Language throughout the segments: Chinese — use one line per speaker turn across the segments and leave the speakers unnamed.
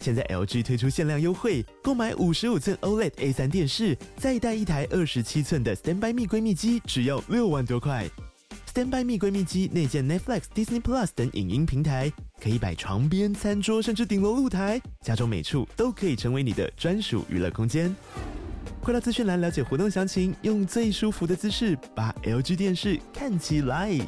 现在 LG 推出限量优惠，购买五十五寸 OLED A 3电视，再带一台二十七寸的 Standby 蜜闺蜜机，只要六万多块。Standby 蜜闺蜜机内建 Netflix、Disney Plus 等影音平台，可以摆床边、餐桌，甚至顶楼露台，家中每处都可以成为你的专属娱乐空间。快到资讯栏了解活动详情，用最舒服的姿势把 LG 电视看起来。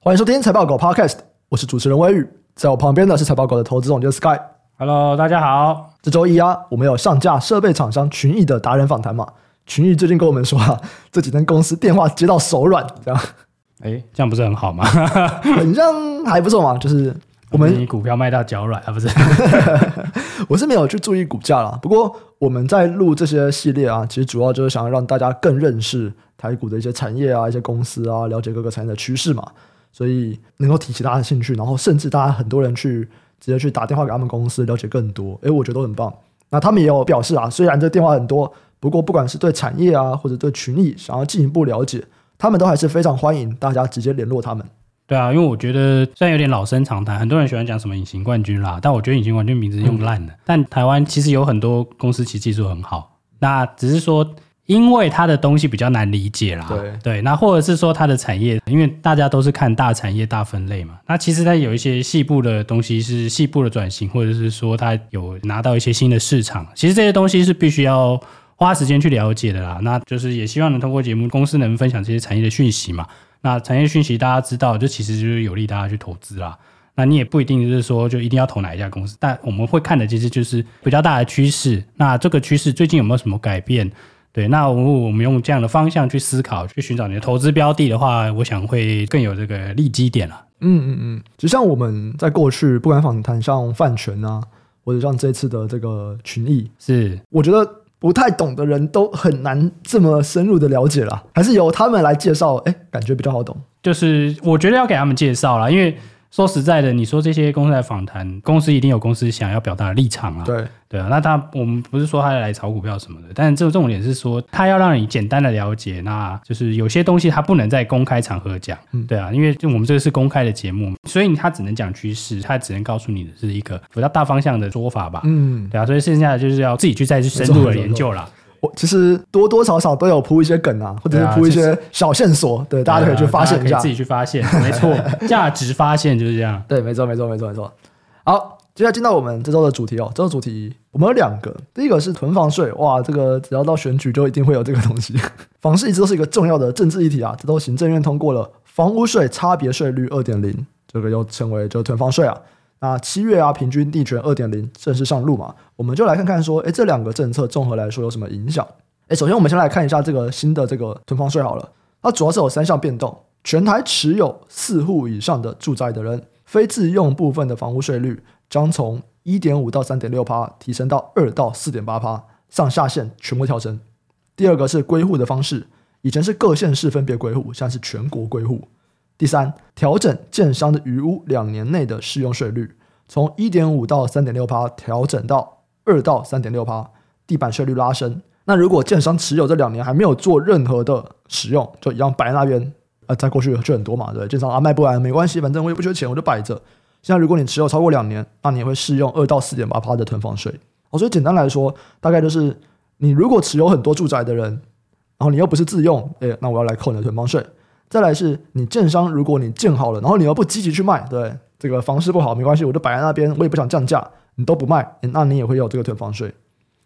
欢迎收听财报狗 Podcast，我是主持人威宇，在我旁边的是财报狗的投资总监 Sky。
Hello，大家好。
这周一啊，我们有上架设备厂商群益的达人访谈嘛？群益最近跟我们说啊， 这几天公司电话接到手软，这样
哎，这样不是很好吗？
很像还不错嘛。就是我们
你股票卖到脚软啊，不是？
我是没有去注意股价啦，不过我们在录这些系列啊，其实主要就是想要让大家更认识台股的一些产业啊、一些公司啊，了解各个产业的趋势嘛。所以能够提起大家的兴趣，然后甚至大家很多人去直接去打电话给他们公司了解更多，诶，我觉得都很棒。那他们也有表示啊，虽然这电话很多，不过不管是对产业啊，或者对群益想要进一步了解，他们都还是非常欢迎大家直接联络他们。
对啊，因为我觉得虽然有点老生常谈，很多人喜欢讲什么隐形冠军啦，但我觉得隐形冠军名字用烂了。但台湾其实有很多公司其实技术很好，那只是说因为它的东西比较难理解啦。
对
那或者是说它的产业，因为大家都是看大产业大分类嘛，那其实它有一些细部的东西是细部的转型，或者是说它有拿到一些新的市场，其实这些东西是必须要。花时间去了解的啦，那就是也希望能通过节目，公司能分享这些产业的讯息嘛。那产业讯息大家知道，就其实就是有利大家去投资啦。那你也不一定就是说就一定要投哪一家公司，但我们会看的其实就是比较大的趋势。那这个趋势最近有没有什么改变？对，那我我们用这样的方向去思考，去寻找你的投资标的的话，我想会更有这个利基点了。
嗯嗯嗯，就像我们在过去不管访谈像饭权啊，或者像这次的这个群益，
是，
我觉得不太懂的人都很难这么深入的了解啦，还是由他们来介绍，哎，感觉比较好懂。
就是我觉得要给他们介绍啦，因为说实在的，你说这些公司来访谈，公司一定有公司想要表达的立场啊。
对，
对啊，那他我们不是说他来炒股票什么的，但这重点是说他要让你简单的了解，那就是有些东西他不能在公开场合讲，
嗯
对啊，因为就我们这个是公开的节目，所以他只能讲趋势，他只能告诉你的是一个比较大方向的说法吧，
嗯，
对啊，所以剩下的就是要自己去再去深入的研究啦。
我其实多多少少都有铺一些梗啊，或者
对
是
啊
铺一
其
些小线索，对，大家都可以去发现一
啊大家
下
可以自。己去发现，没 错，价值发现就是这样。
对，没错，没错，没错，没错。好，接下来进到我们这周的主题哦。这周主题我们有两个，第一个是囤房税，哇，这个只要到选举就一定会有这个东西。 房市一直都是一个重要的政治议题啊，这周行政院通过了房屋税差别税率二点零，这个又称为就囤房税啊。那七月啊，平均地权二点零正式上路嘛，我们就来看看说，诶，这两个政策综合来说有什么影响？诶，首先我们先来看一下这个新的这个囤房税好了。它主要是有三项变动：全台持有四户以上的住宅的人，非自用部分的房屋税率将从一点五到三点六趴提升到二到四点八趴，上下限全部调整。第二个是归户的方式，以前是各县市分别归户，现在是全国归户。第三，调整建商的余屋两年内的适用税率，从一点五到三点六趴调整到二到三点六趴，地板税率拉升。那如果建商持有这两年还没有做任何的使用，就一样摆在那边。呃，在过去就很多嘛，对不对，建商啊卖不完没关系，反正我也不缺钱，我就摆着。现在如果你持有超过两年，那你也会适用二到四点八趴的囤房税。哦，所以简单来说，大概就是你如果持有很多住宅的人，然后你又不是自用，诶，那我要来扣你的囤房税。再来是你建商，如果你建好了，然后你又不积极去卖，对这个房市不好没关系，我就摆在那边，我也不想降价，你都不卖，诶那你也会有这个囤房税。哎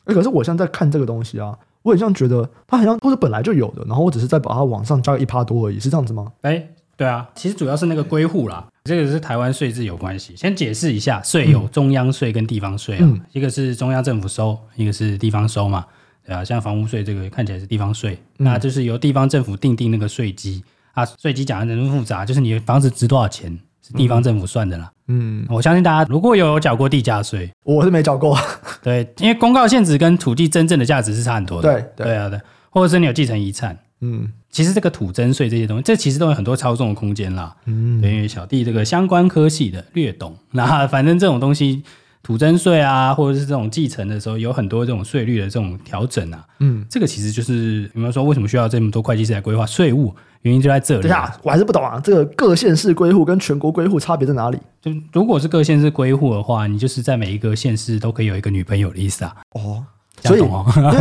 诶，可是我现在在看这个东西啊，我很像觉得它好像都是本来就有的，然后我只是再把它往上加个一趴多而已，是这样子吗？
哎、对啊，其实主要是那个归户啦，这个是台湾税制有关系。先解释一下，税有中央税跟地方税啊，
嗯
一个是中央政府收，一个是地方收嘛，对啊，像房屋税这个看起来是地方税，
嗯
那就是由地方政府定定那个税基啊，税基讲的很复杂，就是你的房子值多少钱是地方政府算的啦。
嗯，
我相信大家如果有缴过地价税，
我是没缴过，
对，因为公告现值跟土地真正的价值是差很多的。
对对
啊，对，或者是你有继承遗产，
嗯
其实这个土增税这些东西，这其实都有很多操纵的空间啦。嗯，对，因为小弟这个相关科系的略懂， 那反正这种东西。土增税啊，或者是这种继承的时候，有很多这种税率的这种调整啊，
嗯。
这个其实就是有没有说为什么需要这么多会计师来规划税务？原因就在这
等
里
一
啊。
下，我还是不懂啊，这个各县市归户跟全国归户差别在哪里？
就如果是各县市归户的话，你就是在每一个县市都可以有一个女朋友的意思啊。
哦，
这
所以
样懂哦？
因为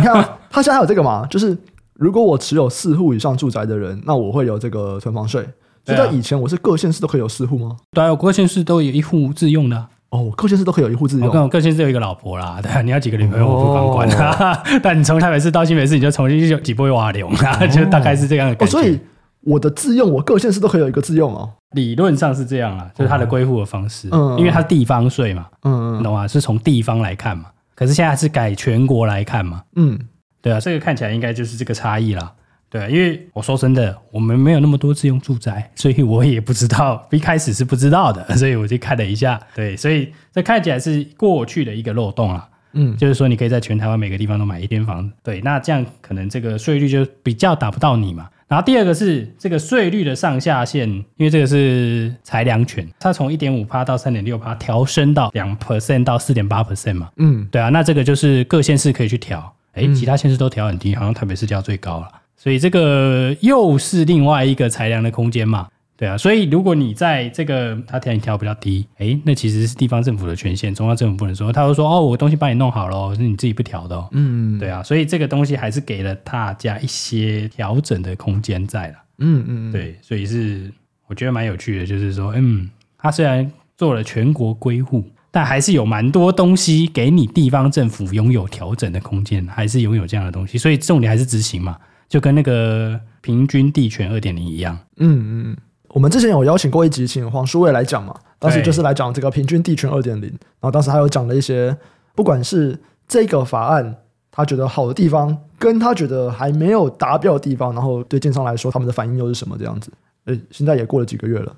你看啊，他现在还有这个嘛，就是如果我持有四户以上住宅的人，那我会有这个囤房税。所以
对啊
在以前，我是各县市都可以有四户吗？
对啊，各县市都有一户自用的啊、
哦，各县市都可以有一户自
我跟
用。哦
我各县市有一个老婆啦，对啊，你要几个女朋友我不管管啊。 但你从台北市到新北市，你就重新有几波瓦流啊， 就大概是这样的
哦，
感觉。
所以我的自用，我各县市都可以有一个自用哦。
理论上是这样啦，就是它的归户的方式，
嗯
因为它是地方税嘛，你
嗯
懂吗？是从地方来看嘛。可是现在是改全国来看嘛，
嗯，
对啊，这个看起来应该就是这个差异啦。对啊、因为我说真的，我们没有那么多自用住宅，所以我也不知道，一开始是不知道的，所以我就看了一下。对，所以这看起来是过去的一个漏洞啦。啊
嗯
就是说你可以在全台湾每个地方都买一间房子。对，那这样可能这个税率就比较打不到你嘛。然后第二个是这个税率的上下限，因为这个是裁量权，它从一点五趴到三点六趴调升到两 percent 到四点八 percent 嘛。
嗯
对啊，那这个就是各县市可以去调，诶，其他县市都调很低，好像台北市调最高了，所以这个又是另外一个裁量的空间嘛。对啊，所以如果你在这个他调你调比较低，诶，那其实是地方政府的权限，中央政府不能说，他会说哦，我东西帮你弄好了，是你自己不调的、哦。
嗯
对啊，所以这个东西还是给了大家一些调整的空间在了。
嗯嗯，
对，所以是我觉得蛮有趣的，就是说，嗯，他虽然做了全国归户，但还是有蛮多东西给你地方政府拥有调整的空间，还是拥有这样的东西。所以重点还是执行嘛，就跟那个平均地权二点零一样。
嗯嗯。我们之前有邀请过一集，请黄书卫来讲嘛，当时就是来讲这个平均地权二点零，然后当时还有讲了一些，不管是这个法案他觉得好的地方，跟他觉得还没有达标的地方，然后对建商来说他们的反应又是什么这样子。呃，现在也过了几个月了，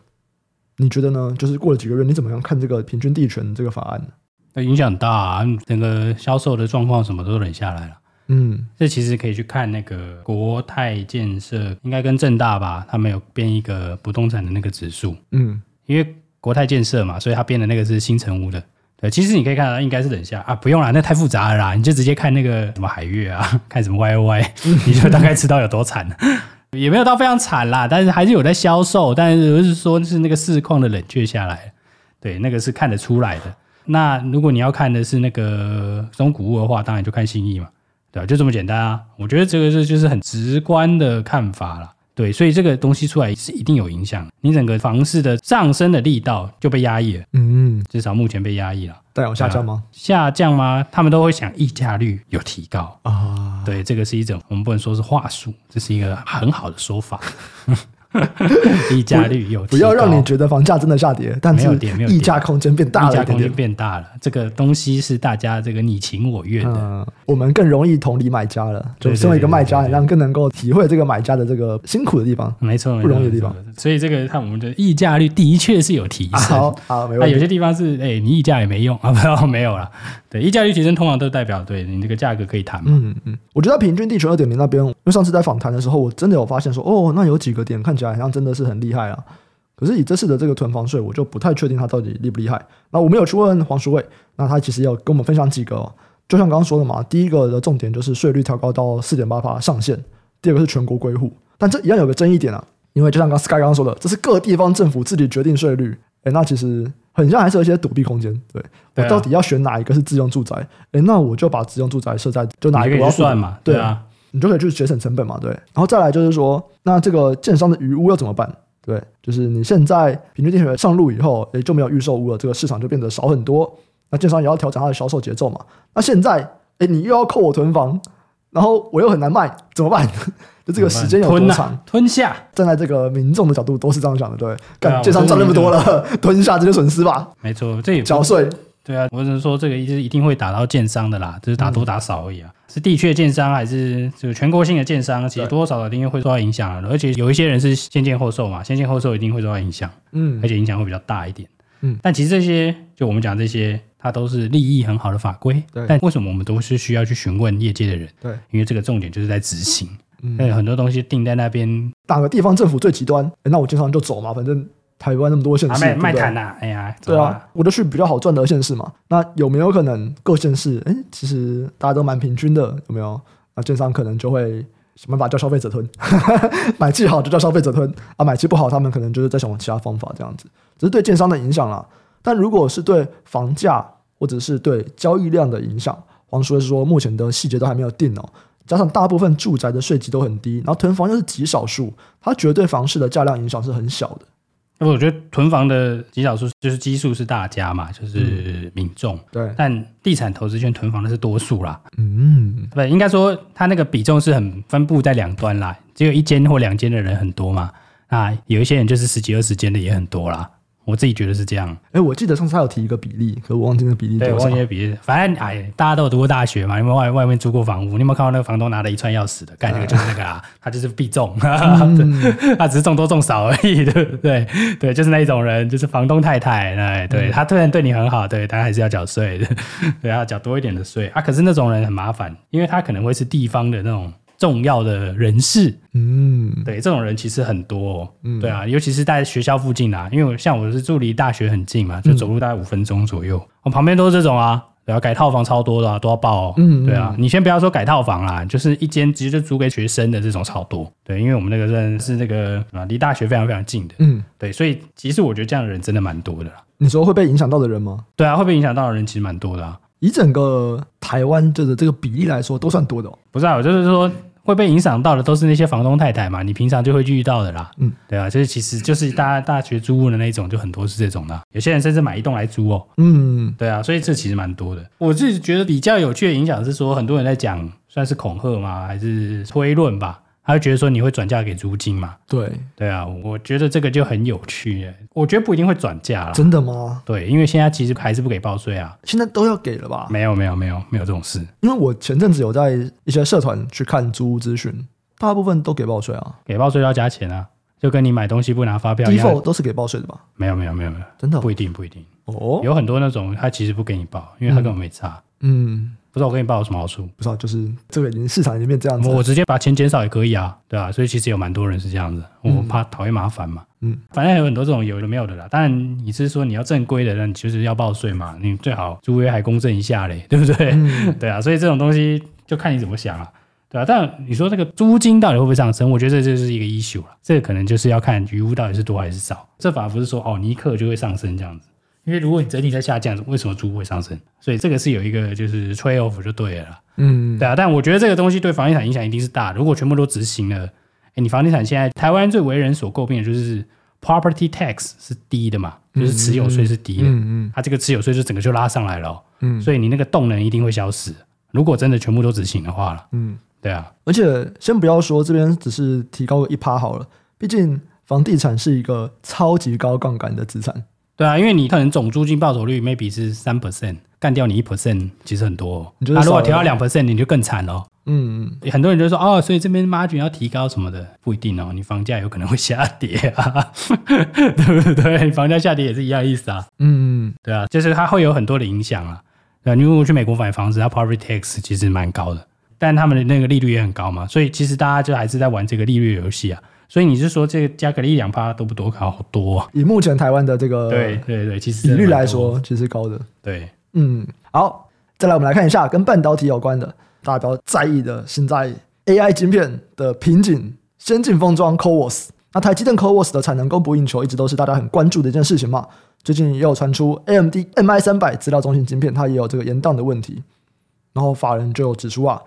你觉得呢？就是过了几个月，你怎么样看这个平均地权这个法案呢？
那影响很大、啊，整个销售的状况什么都忍下来了。
嗯
这其实可以去看那个国泰建设，应该跟正大吧，他们有编一个不动产的那个指数，
嗯
因为国泰建设嘛，所以他编的那个是新城屋的。对，其实你可以看到，应该是等下啊，不用啦，那太复杂了啦，你就直接看那个什么海月啊， 看什么 Y O Y，你就大概知道有多惨。也没有到非常惨啦，但是还是有在销售，但是就是说是那个市况的冷却下来，对，那个是看得出来的。那如果你要看的是那个中古屋的话，当然就看信义嘛，对吧、就这么简单啊。我觉得这个是就是很直观的看法啦。对，所以这个东西出来是一定有影响，你整个房市的上升的力道就被压抑了，
嗯，嗯，
至少目前被压抑了。
但有下降吗？
下降吗？他们都会想溢价率有提高，
啊，
对，这个是一种我们不能说是话术，这是一个很好的说 法。溢价率有
不
提
要让
高
你觉得房价真的下跌，但
没
是
有跌没有跌
溢价空间变大
溢
了
价
一点
空间
点。
变大了，这个东西是大家这个你情我愿的。
嗯，我们更容易同理买家了。就
对对
身为一个卖家，
对对对
让更能够体会这个买家的这个辛苦的地方。
没错，没
不
错
容易的
没
地
错
方。
所以这个看我们的溢价率的确是 有提升。
好，好，没
那
问
有
题。
些地方是，哎、你议价也没用啊， 不，没有啦。对，议价率提升通常都代表对你这个价格可以谈嘛。
嗯嗯，我觉得平均地权二点零那边，因为上次在访谈的时候，我真的有发现说，哦，那有几个点看起来好像真的是很厉害啊。可是以这次的这个囤房税，我就不太确定它到底厉不厉害。那我们有去问黄淑卫，那他其实也有跟我们分享几个哦、就像刚刚说的嘛，第一个的重点就是税率调高到四点八帕上限，第二个是全国归户，但这一样有个争议点啊，因为就像刚 Sky 刚刚说的，这是各地方政府自己决定税率，诶，那其实很像还是有一些躲避空间。对
对啊
我到底要选哪一个是自用住宅？诶，那我就把自用住宅设在就哪一
你
个
就
我
可以
要
去算嘛？
对
对啊，
你就可以去节省成本嘛，对。然后再来就是说，那这个建商的余屋要怎么办？对，就是你现在平均地权上路以后，也就没有预售屋了，这个市场就变得少很多。那建商也要调整它的销售节奏嘛。那现在，哎，你又要扣我囤房，然后我又很难卖，怎么办？ 就这个时间有多
吞
长？
啊，吞下。
站在这个民众的角度，都是这样想的，对。
对啊
干，建商赚那么多了，吞下这些损失吧，
没错，这也不
缴税。
对啊。我只能说这个一定一定会打到建商的啦，只是打多打少而已啊。是地区的建商还是就全国性的建商，其实
嗯对
多多少少一定会受到影啊响的。而且有一些人是先建后售嘛，先建后售一定会受到影响，
嗯
而且影响会比较大一点。
嗯
但其实这些就我们讲这些，它都是利益很好的法规
对。
但为什么我们都是需要去询问业界的人？
对，
因为这个重点就是在执行。
嗯
那、很多东西定在那边，
打个地方政府最极端，诶那我经常就走嘛，反正台湾那么多县
啊
市，
卖
对不
卖
对
谈呐，哎呀，
对
走
啊，我就去比较好赚的县市嘛。那有没有可能各县市，哎、其实大家都蛮平均的，有没有？那券商可能就会想办法叫消费者吞， 买气好就叫消费者吞啊，买气不好，他们可能就是在想其他方法这样子，只是对建商的影响啦。但如果是对房价或者是对交易量的影响，黄叔会说目前的细节都还没有定哦。加上大部分住宅的税级都很低，然后囤房又是极少数，它觉得对房市的价量影响是很小的。
那我觉得囤房的极少数就是基数是大家嘛，
嗯
就是民众，
对，
但地产投资券囤房的是多数啦。
嗯，
不，应该说它那个比重是很分布在两端啦，只有一间或两间的人很多嘛，那有一些人就是十几二十间的也很多啦。我自己觉得是这样，
哎、我记得上次他有提一个比例，可我忘记那个比例
对，
多
我
少
忘。记比，反正哎，大家都有读过大学嘛，你们外外面租过房屋，你有没有看到那个房东拿了一串钥匙的？干那个就是那个 啊，他就是必中，对他只是中多中少而已，对不对？对，就是那一种人，就是房东太太，哎，对他虽然对你很好，对，但还是要缴税的，对，要缴多一点的税啊。可是那种人很麻烦，因为他可能会是地方的那种重要的人士，
嗯，
对，这种人其实很多、哦，对啊，尤其是在学校附近啊，因为我像我是住离大学很近嘛，就
嗯
走路大概五分钟左右，我、旁边都是这种啊。对啊，改套房超多的、啊，都要报、哦。
嗯嗯
对啊，你先不要说改套房啦，就是一间直接就租给学生的这种超多。对，因为我们那个人是那个啊，离大学非常非常近的。
嗯，
对，所以其实我觉得这样的人真的蛮多的啦。
你说会被影响到的人吗？
对啊，会被影响到的人其实蛮多的啊。
以整个台湾就是这个比例来说，都算多的、哦。
不是啊，我就是说会被影响到的都是那些房东太太嘛，你平常就会去遇到的啦。
嗯，
对啊，就是其实就是大家大学租屋的那一种，就很多是这种的啊。有些人甚至买一栋来租哦。
嗯，
对啊，所以这其实蛮多的。我自己觉得比较有趣的影响是说，很多人在讲算是恐吓吗，还是推论吧？他会觉得说你会转嫁给租金嘛？
对，
对啊，我觉得这个就很有趣耶。我觉得不一定会转嫁啦。
真的吗？
对，因为现在其实还是不给报税啊。
现在都要给了吧？
没有没有没有没有这种事，
因为我前阵子有在一些社团去看租屋资讯，大部分都给报税啊
给报税要加钱啊，就跟你买东西不拿发票一样。
，default 都是给报税的吧？
没有没有没有没有，
真的哦
啊不一定不一定，
哦，
有很多那种他其实不给你报，因为他根本没差。
嗯，
不知道我给你报有什么好处？
不知道，就是这个已经市场已经变这样子
我
了。
直接把钱减少也可以啊，对啊，所以其实有蛮多人是这样子，我怕讨厌麻烦嘛。
嗯，
反正有很多这种有的没有的啦。当然你是说你要正规的，那你就是要报税嘛，你最好租约还公证一下嘞，对不对？对啊，所以这种东西就看你怎么想啊。对啊，但你说这个租金到底会不会上升？我觉得这就是一个 issue 了，这个可能就是要看余屋到底是多还是少。这反而不是说哦，你一克就会上升这样子，因为如果你整体在下降，为什么租屋会上升？所以这个是有一个就是 trade off 就对了啦。
嗯，
对啊，但我觉得这个东西对房地产影响一定是大的。如果全部都执行了，哎，你房地产现在台湾最为人所诟病的就是 property tax 是低的嘛，就是持有税是低的，
嗯嗯
它这个持有税就整个就拉上来了哦、
嗯
所以你那个动能一定会消失。如果真的全部都执行的话了，
嗯。
对啊，
而且先不要说这边只是提高个一趴好了，毕竟房地产是一个超级高杠杆的资产。
对啊，因为你可能总租金报酬率 maybe 是三 percent，干掉你一 percent 其实很多、哦。
你就是
那、如
少
果
了
调到两 percent，你就更惨了哦。
嗯，嗯
很多人就说哦，所以这边 margin 要提高什么的，不一定哦，你房价有可能会下跌啊， 对不对？房价下跌也是一样意思啊，
嗯，
对啊，就是它会有很多的影响啊。对啊，你如果去美国买房子，它 property tax 其实蛮高的，但他们的那个利率也很高嘛，所以其实大家就还是在玩这个利率游戏啊。所以你是说这个加个一两趴都不多，好多、啊。
以目前台湾的这个
对对对，其实
呃比率
真的蛮
来
多，
说，其实高的。
对，
嗯，好，再来我们来看一下跟半导体有关的，大家比较在意的，现在 AI 晶片的瓶颈，先进封装 CoWoS。那台积电 CoWoS 的产能供不应求，一直都是大家很关注的一件事情嘛。最近也有传出 AMD MI 三百资料中心晶片，它也有这个延宕的问题。然后法人就有指出啊，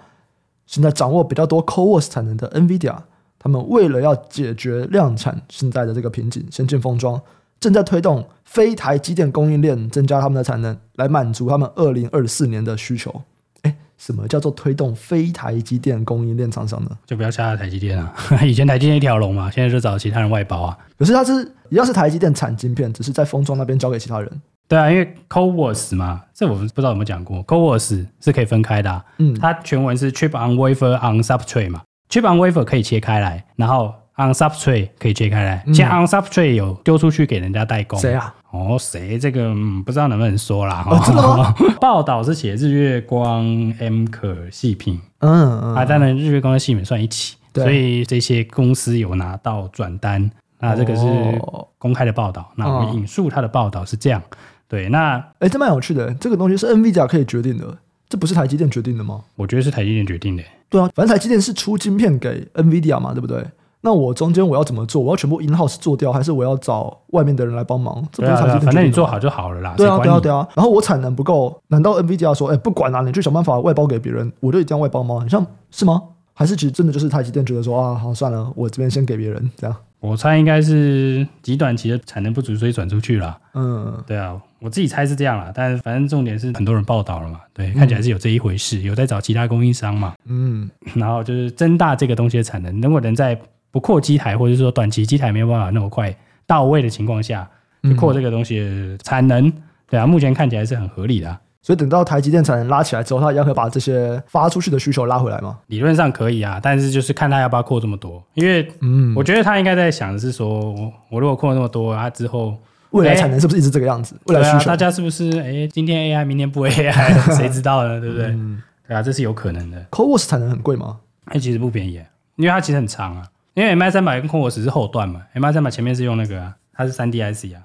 现在掌握比较多 CoWoS 产能的 NVIDIA，他们为了要解决量产现在的这个瓶颈，先进封装正在推动非台积电供应链增加他们的产能，来满足他们二零二四年的需求。哎，什么叫做推动非台积电供应链厂商呢？
就不要下台积电啊， 以前台积电一条龙嘛，现在就找其他人外包啊。
可是它是一样是台积电产晶片，只是在封装那边交给其他人。
对啊，因为 CoWoS 嘛，这我不知道有没有讲过，CoWoS 是可以分开的、啊，
嗯
它全文是 Chip on Wafer on Substrate 嘛，Chip on Wafer 可以切开来，然后 on Substrate 可以切开来，
嗯
现在 on Substrate 有丢出去给人家代工，
谁啊？
哦，谁这个、嗯、不知道能不能说啦？
哦真的吗
报道是写日月光 M 可细品
嗯嗯
啊，当然日月光跟细品算一起，
对
所以这些公司有拿到转单。那啊这个是
哦
公开的报道，那我们
嗯
引述他的报道是这样。对，那
哎、这蛮有趣的。这个东西是 NVIDIA 可以决定的，这不是台积电决定的吗？
我觉得是台积电决定的。
对啊，反正台积电是出晶片给 NVIDIA 嘛，对不对？那我中间我要怎么做？我要全部 in house 做掉，还是我要找外面的人来帮忙？这
对
不是
啊，
台积电决定
对啊
的吗、
反正你做好就好了啦。
对啊，
谁
对啊，
管你
对啊。然后我产能不够，难道 NVIDIA 说，哎、不管啦、你去想办法外包给别人，我就一定要外包吗？你像是吗？还是其实真的就是台积电觉得说啊，好算了，我这边先给别人这样。
我猜应该是极短期的产能不足，所以转出去了。
嗯，
对啊，我自己猜是这样啦，但是反正重点是很多人报道了嘛，对，看起来是有这一回事，有在找其他供应商嘛，
嗯，
然后就是增大这个东西的产能，如果能在不扩机台或者说短期机台没有办法那么快到位的情况下，去扩这个东西的产能，对啊，目前看起来是很合理的啊、
所以等到台积电产能拉起来之后，它一样可以把这些发出去的需求拉回来嘛？
理论上可以啊，但是就是看他要不要扩这么多，因为
嗯，
我觉得他应该在想的是说，我我如果扩那么多，他之后
未来
哎
产能是不是一直这个样子？未
对
来需
啊，
求，
大家是不是哎、今天 AI 明天 不 AI，谁知道呢？对不对？
嗯
对啊，这是有可能的。
c o w o s 产能很贵吗？
它其实不便宜，因为它其实很长啊。因为 MI 三百跟 c o o s 是后段嘛，MI 三百前面是用那个、啊，它是三 DIC 啊，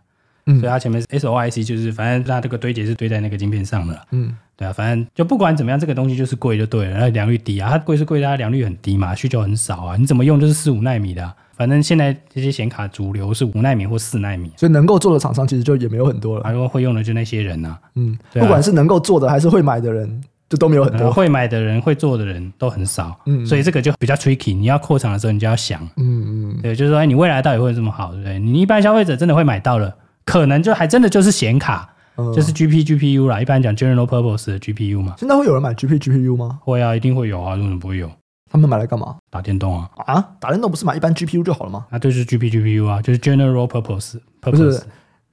嗯
所以它前面是 SOIC，就是反正它这个堆叠是堆在那个晶片上的啦，
嗯，
对啊，反正就不管怎么样，这个东西就是贵就对了，然后良率低啊，它贵是贵，它良率很低嘛，需求很少啊，你怎么用就是四五纳米的啊、反正现在这些显卡主流是五纳米或四纳米，
所以能够做的厂商其实就也没有很多了。
然后会用的就那些人呐、
嗯，
对啊啊
不管是能够做的还是会买的人，就都没有很
然后
多。
呃会买的人、会做的人都很少，
嗯
所以这个就比较 tricky。你要扩厂的时候，你就要想，
嗯嗯，
对，就是说，哎，你未来到底会有这么好，对不对？你一般消费者真的会买到了，可能就还真的就是显卡，
嗯
就是 G P G P U 啦，一般讲 general purpose 的 G P U 嘛，
现在会有人买 G P G P U 吗？
会啊，一定会有啊，为什么不会有？
他们买来干嘛？
打电动啊，
啊，打电动不是买一般 GPU 就好了吗？
那就是 G P G P U 啊，就是 general purpose
不是
purpose，，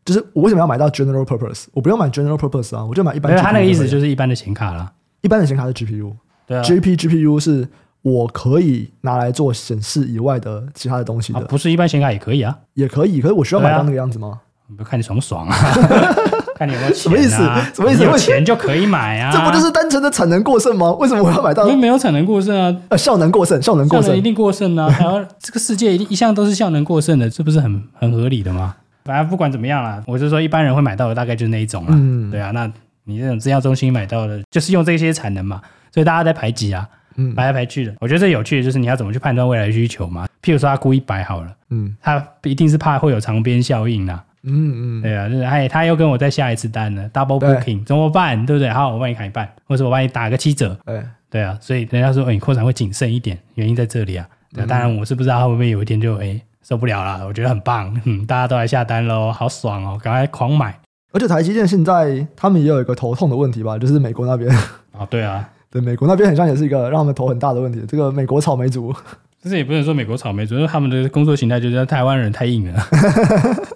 就是我为什么要买到 general purpose？我不用买 general purpose 啊，我就买一般 GPU 就可以
没有
了。
他那个意思就是一般的显卡啦，
一般的显卡是 GPU，GP、
对啊，
GP GPU 是我可以拿来做显示以外的其他的东西
啊
的，
不是一般显卡也可以啊，
也可以。可是我需要买
对啊
到那个样子吗？
我看你爽不爽 啊，看你有没有
么意
钱啊，
思什么意思
你有钱就可以买啊，
这不就是单纯的产能过剩吗？为什么我要买到
因为没有产能过剩啊，
呃效能过剩？效能
效
过
能一
剩，
定过 剩啊！台湾这个世界一定一向都是效能过剩的，这不是很很合理的吗？反正不管怎么样啦，我是说一般人会买到的大概就是那一种啦。
嗯
对啊，那你这种资料中心买到的，就是用这些产能嘛，所以大家在排挤啊，
嗯
排来排去的。我觉得最有趣的就是你要怎么去判断未来的需求嘛。譬如说他故意摆好了，
嗯
他一定是怕会有长边效应啦。
嗯嗯，
对啊，就是哎，他又跟我再下一次单了，double
对
booking 怎么办？对不对？好，我帮你砍一半，或者我帮你打个七折，
哎，
对啊，所以人家说，哎、你扩展会谨慎一点，原因在这里啊。
嗯
对啊当然我是不知道他会不会有一天就哎、受不了了，我觉得很棒， 嗯，大家都来下单喽，好爽哦，赶快狂买
而且台积电现在他们也有一个头痛的问题吧，就是美国那边，
啊！对啊，
对美国那边很像也是一个让他们头很大的问题。这个美国草莓族，
但是也不能说美国草莓，主要是他们的工作形态就是哎台湾人太 硬了，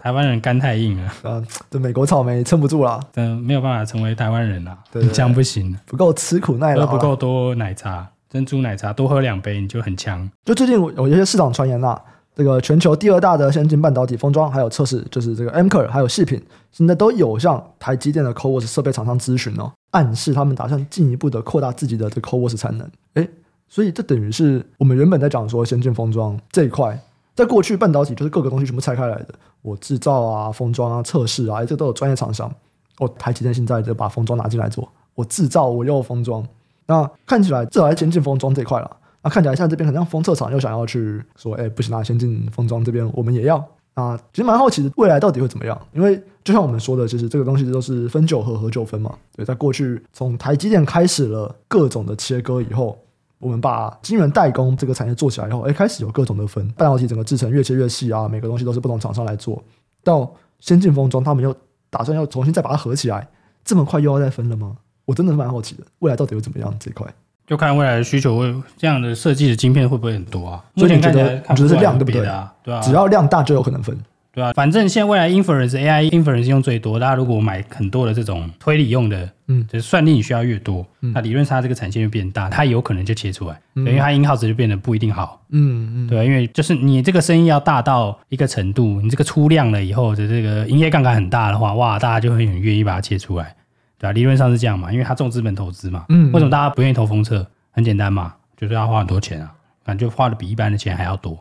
台湾人肝太硬了，
呃，这美国草莓撑不住啦，
真的没有办法成为台湾人啊，
对对哎对
这样不行，
不够吃苦耐劳啊
喝
啦，
不够多奶茶，珍珠奶茶多喝两杯你就很强。
就最近有有一些市场传言呐、这个全球第二大的先进半导体封装还有测试，就是这个 Amkor 还有细品，现在都有向台积电的 CoWoS 设备厂商咨询哦，暗示他们打算进一步的扩大自己的这个 CoWoS 产能。诶，所以这等于是我们原本在讲说先进封装这一块，在过去半导体就是各个东西全部拆开来的，我制造啊、封装啊、测试啊，诶这都有专业厂商。哦，台积电现在就把封装拿进来做，我制造我又封装，那看起来至少在先进封装这一块了。那看起来像这边很像封测厂又想要去说，哎、不行啊，先进封装这边我们也要。啊，其实蛮好奇的，未来到底会怎么样？因为就像我们说的，就是这个东西都是分九合合九分嘛。对，在过去从台积电开始了各种的切割以后，我们把晶圆代工这个产业做起来以后，哎，开始有各种的分，半导体整个制成越切越细啊，每个东西都是不同厂商来做。到先进封装，他们又打算要重新再把它合起来，这么快又要再分了吗？我真的是蛮好奇的，未来到底会怎么样这一块？
就看未来的需求会这样的设计的晶片会不会很多啊？
所
目
以你觉
前看起
得
来看
你觉得
出
是
来
量
有
对不
别
对
的啊？对啊，
只要量大就有可能分。
对啊，反正现在未来 inference AI inference 用最多，大家如果买很多的这种推理用的，
嗯
就是算力你需要越多，那理论上它这个产线就变大，它有可能就切出来，对因为它 in house 就变得不一定好，
嗯嗯嗯，
对啊，因为就是你这个生意要大到一个程度，你这个出量了以后的这个营业杠杆很大的话，哇，大家就会很愿意把它切出来，对啊，理论上是这样嘛，因为它重资本投资嘛，
嗯
为什么大家不愿意投封测？很简单嘛，就是要花很多钱啊，感觉花的比一般的钱还要多，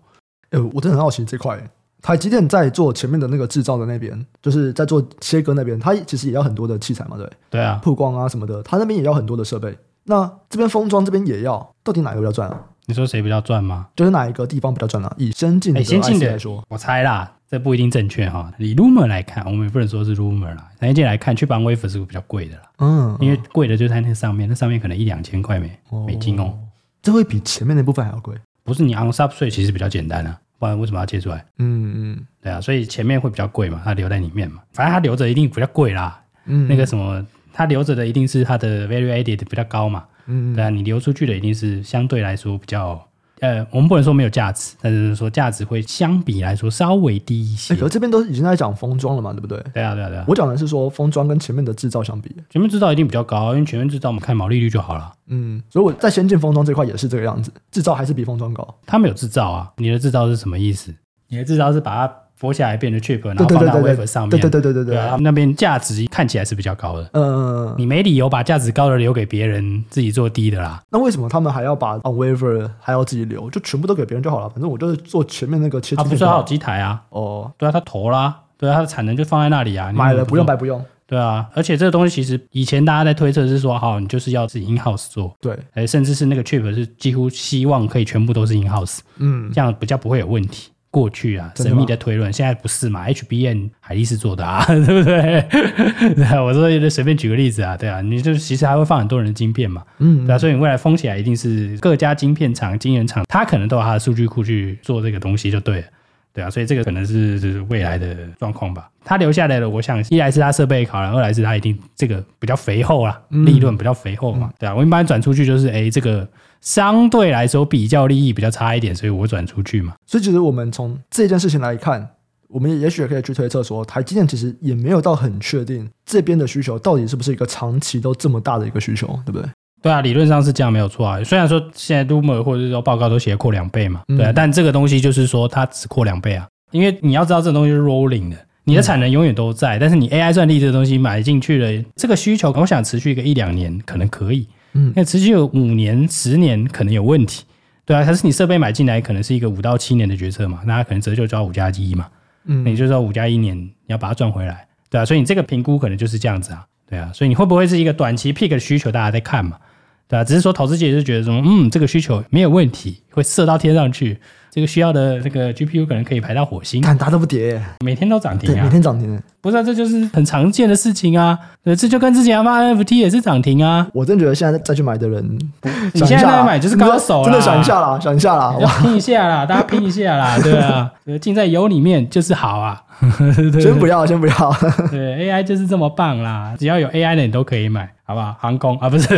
哎、我真的很好奇这块。台积电在做前面的那个制造的那边，就是在做切割那边，它其实也要很多的器材嘛，对，
对啊，
曝光啊什么的，它那边也要很多的设备。那这边封装这边也要，到底哪个比较赚啊？
你说谁比较赚吗？
就是哪一个地方比较赚啊？以先进的
哎先进
IC
的
来说，
我猜啦，这不一定正确哈。以 rumor 来看，我们也不能说是 rumor 啦，产业界来看，去帮 wafer 是比较贵的啦，
嗯，
因为贵的就在那上面，那上面可能一两千块美
哦
美金哦。
这会比前面那部分还要贵。
不是你 on substrate 其实比较简单啊，不然为什么要切出来？
嗯嗯
对啊，所以前面会比较贵嘛，它留在里面嘛，反正它留着一定比较贵啦。
嗯，
那个什么，它留着的一定是它的 value added 比较高嘛。
嗯
对啊，你流出去的一定是相对来说比较，呃，我们不能说没有价值，但是说价值会相比来说稍微低一些
哎、。可是这边都已经在讲封装了嘛，对不对？
对啊，对啊，对啊。
我讲的是说封装跟前面的制造相比，
全面制造一定比较高，因为全面制造我们看毛利率就好了。
嗯，所以我在先进封装这块也是这个样子，制造还是比封装高。
他们有制造啊，你的制造是什么意思？你的制造是把它剥下来变成 chip，然后
对对
放
对
到
对
wafer
对，
上面。
对对对对对
对啊，
对，
他们那边价值看起来是比较高的，
嗯，
你没理由把价值高的留给别人自己做低的啦。
那为什么他们还要把 on waiver 还要自己留，就全部都给别人就好了？反正我就是做前面那个切
他
出
不
去
是
就
他
好
有机台啊，
哦，
对啊，他投啦，对啊，他的产能就放在那里啊，你
买
怎
了
么
不用
做
白不用，
对啊，而且这个东西其实以前大家在推测是说，好，你就是要自己 in house 做，
对，
哎，甚至是那个 chip 是几乎希望可以全部都是 in house。
嗯
这样比较不会有问题。过去啊，
真的
神
吗
秘的推论，现在不是嘛？HBN 海力士做的啊， 对不对？ 对啊，我说随便举个例子啊，对啊，你就其实还会放很多人的晶片嘛，
嗯
对啊，所以你未来封起来一定是各家晶片厂、晶圆厂，它可能都有它的数据库去做这个东西就对了。对啊，所以这个可能是就是未来的状况吧。它留下来的，我想一来是它设备考量，二来是它一定这个比较肥厚啦，
嗯
利润比较肥厚嘛。对啊，我一般转出去就是，哎，这个相对来说比较利益比较差一点，所以我转出去嘛。
所以其实我们从这件事情来看，我们也也许也可以去推测说，台积电其实也没有到很确定这边的需求到底是不是一个长期都这么大的一个需求，对不对？
对啊，理论上是这样没有错啊。虽然说现在 rumor 或者是说报告都写扩两倍嘛，
嗯
对啊，但这个东西就是说它只扩两倍啊，因为你要知道这个东西是 rolling 的，你的产能永远都在，但是你 AI 算力这个东西买进去了，这个需求我想持续一个一两年可能可以，
嗯
那持续有五年、十年可能有问题，对啊，可是你设备买进来可能是一个五到七年的决策嘛，那它可能折旧就要五加一嘛，
嗯
那你就说五加一年你要把它赚回来，对啊，所以你这个评估可能就是这样子啊，对啊，所以你会不会是一个短期 peak 的需求，大家在看嘛，对啊，只是说投资界是觉得说，嗯，这个需求没有问题，会射到天上去，这个需要的那个 GPU 可能可以排到火星，
看大家都不跌，
每天都涨停
对，
啊
每，天涨停。
不是、啊，这就是很常见的事情啊，对，这就跟之前发 NFT 也是涨停啊，
我真觉得现在再去买的人，
你
想一
现在
下
在
啦
买就是高手啦
真的想一下啦，想一下 啦，
要
哇，
拼一下啦，大家拼一下啦，对啊， 呃尽在有里面就是好啊，
先不要，先不要，
对，AI 就是这么棒啦，只要有 AI 的你都可以买，好不好？航空啊，不是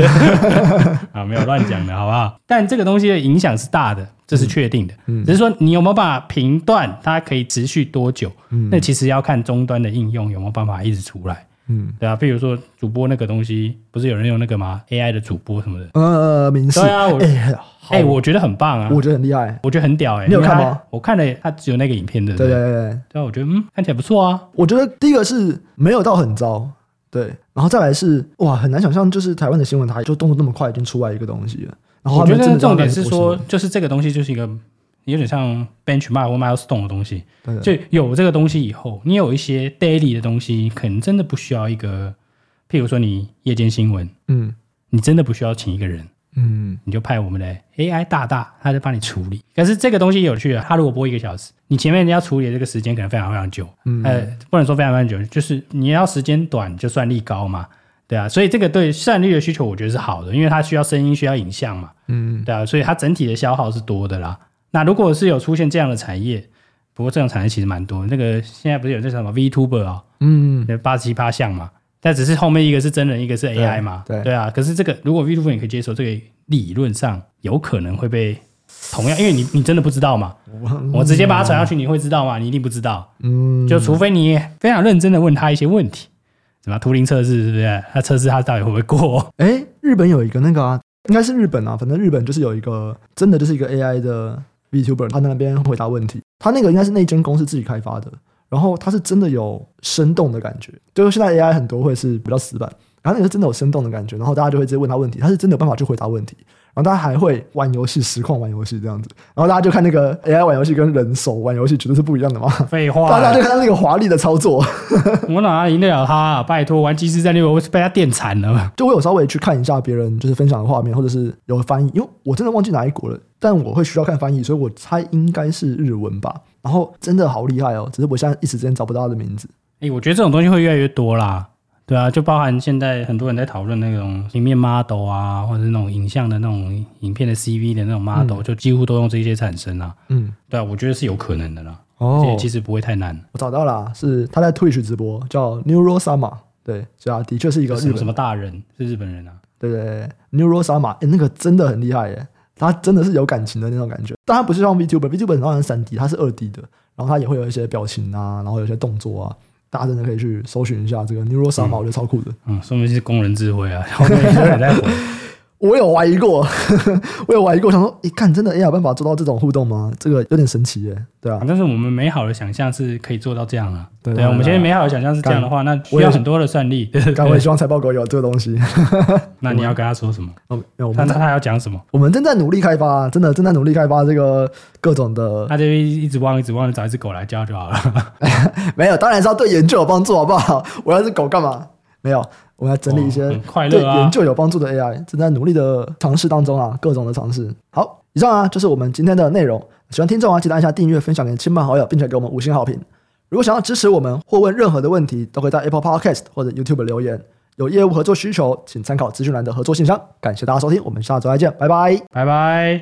啊，没有乱讲的，好不好？但这个东西的影响是大的，这是确定的，
嗯
只是说你有没有办法评断它可以持续多久，那其实要看终端的应用有没有办法一直出来，
嗯
对啊，比如说主播那个东西，不是有人用那个吗？AI 的主播什么的，
呃，明示，
对啊我
哎呀，好
哎、我觉得很棒啊，
我
我
觉得很厉害，
我觉得很屌哎、
你有
因为
看
它
吗？
我看了，它只有那个影片，对不
对对对对，
对啊，我觉得嗯，看起来不错啊。
我觉得第一个是没有到很糟，对，然后再来是哇，很难想象，就是台湾的新闻台就动作那么快，已经出来一个东西了。然后
我
他
觉
们真
得
的
重
让
点
人
是
不
说
信，
就是这个东西就是一个有点像 benchmark 或 milestone 的东西，
对
就有这个东西以后，你有一些 daily 的东西，可能真的不需要一个，譬如说你夜间新闻，
嗯
你真的不需要请一个人，
嗯
你就派我们的 AI 大大，他就帮你处理。可是这个东西有趣啊，他如果播一个小时，你前面要处理的这个时间可能非常非常久，呃，不能说非常非常久，就是你要时间短就算力高嘛，对啊，所以这个对算力的需求我觉得是好的，因为它需要声音，需要影像嘛，
嗯，
对啊，所以它整体的消耗是多的啦。那如果是有出现这样的产业，不过这种产业其实蛮多，那个现在不是有那什么 VTuber 啊、
嗯，
那八十七八项嘛，但只是后面一个是真人，一个是 AI 嘛，
对
啊。可是这个如果 VTuber 你可以接受，这个理论上有可能会被同样，因为你你真的不知道嘛，我直接把它传上去，你会知道吗？你一定不知道，
嗯，
就除非你非常认真的问他一些问题，什么图灵测试是不是？他测试他到底会不会过？
哎，日本有一个那个啊，应该是日本啊，反正日本就是有一个真的就是一个 AI 的 VTuber，他在那边回答问题，他那个应该是那间公司自己开发的，然后他是真的有生动的感觉，就是现在 AI 很多会是比较死板，然后那个是真的有生动的感觉，然后大家就会直接问他问题，他是真的有办法去回答问题。然后大家还会玩游戏，实况玩游戏这样子，然后大家就看那个 AI 玩游戏跟人手玩游戏绝对是不一样的嘛，
废
大
话，
家就看到那个华丽的操作，
我哪赢得了他、啊？拜托，玩即时战略我被他电惨了。
就我有稍微去看一下别人就是分享的画面，或者是有翻译，因为我真的忘记哪一国了，但我会需要看翻译，所以我猜应该是日文吧。然后真的好厉害哦，只是我现在一时之间找不到他的名字。
哎、我觉得这种东西会越来越多啦。对啊，就包含现在很多人在讨论那种平面 model 啊，或者是那种影像的那种影片的 CV 的那种 model，、就几乎都用这些产生啊。
嗯，
对啊，我觉得是有可能的啦。而
哦
且其实不会太难。
我找到了，是他在 Twitch 直播，叫 Neuro Sama。对，所以啊，的确是一个
什
日
么什
本，
么大人是日本人啊？
对对对，Neuro Sama，哎，那个真的很厉害耶，他真的是有感情的那种感觉。但他不是像 VTuber，VTuber 当然三 D，它是二 D 的，然后它也会有一些表情啊，然后有一些动作啊，大家真的可以去搜寻一下这个 Neuro Sama，、我觉得超酷的。
嗯，说明是工人智慧啊。后面有人在回，
我有怀疑过， 我有怀疑过，想说，诶，看真的 AI 有办法做到这种互动吗？这个有点神奇耶，对 啊，
但是我们美好的想象是可以做到这样啊。
对
对
对
啊，我们现在
对
美好的想象是这样的话，那需
我也
要
是
很多的算力。
但我也希望财报狗有这个东西。
那你要跟他说什么？
哦，没有，我
他
们
他
在
他要讲什么？
我们正在努力开发，真的正在努力开发这个各种的，
他就一一直汪，一直汪，找一只狗来教就好了。
没有，当然是要对研究有帮助，好不好？我要是狗干嘛？没有，我们要整理一些
哦很快
对
乐啊
研！究有帮助的 AI，正在努力的尝试当中啊，各种的尝试。好，以上啊就是我们今天的内容。喜欢听众啊，记得按下订阅、分享给亲朋好友，并且给我们五星好评。如果想要支持我们或问任何的问题，都可以在 Apple Podcast 或者 YouTube 留言。有业务合作需求，请参考资讯栏的合作信箱。感谢大家收听，我们下周再见，拜拜。
拜拜。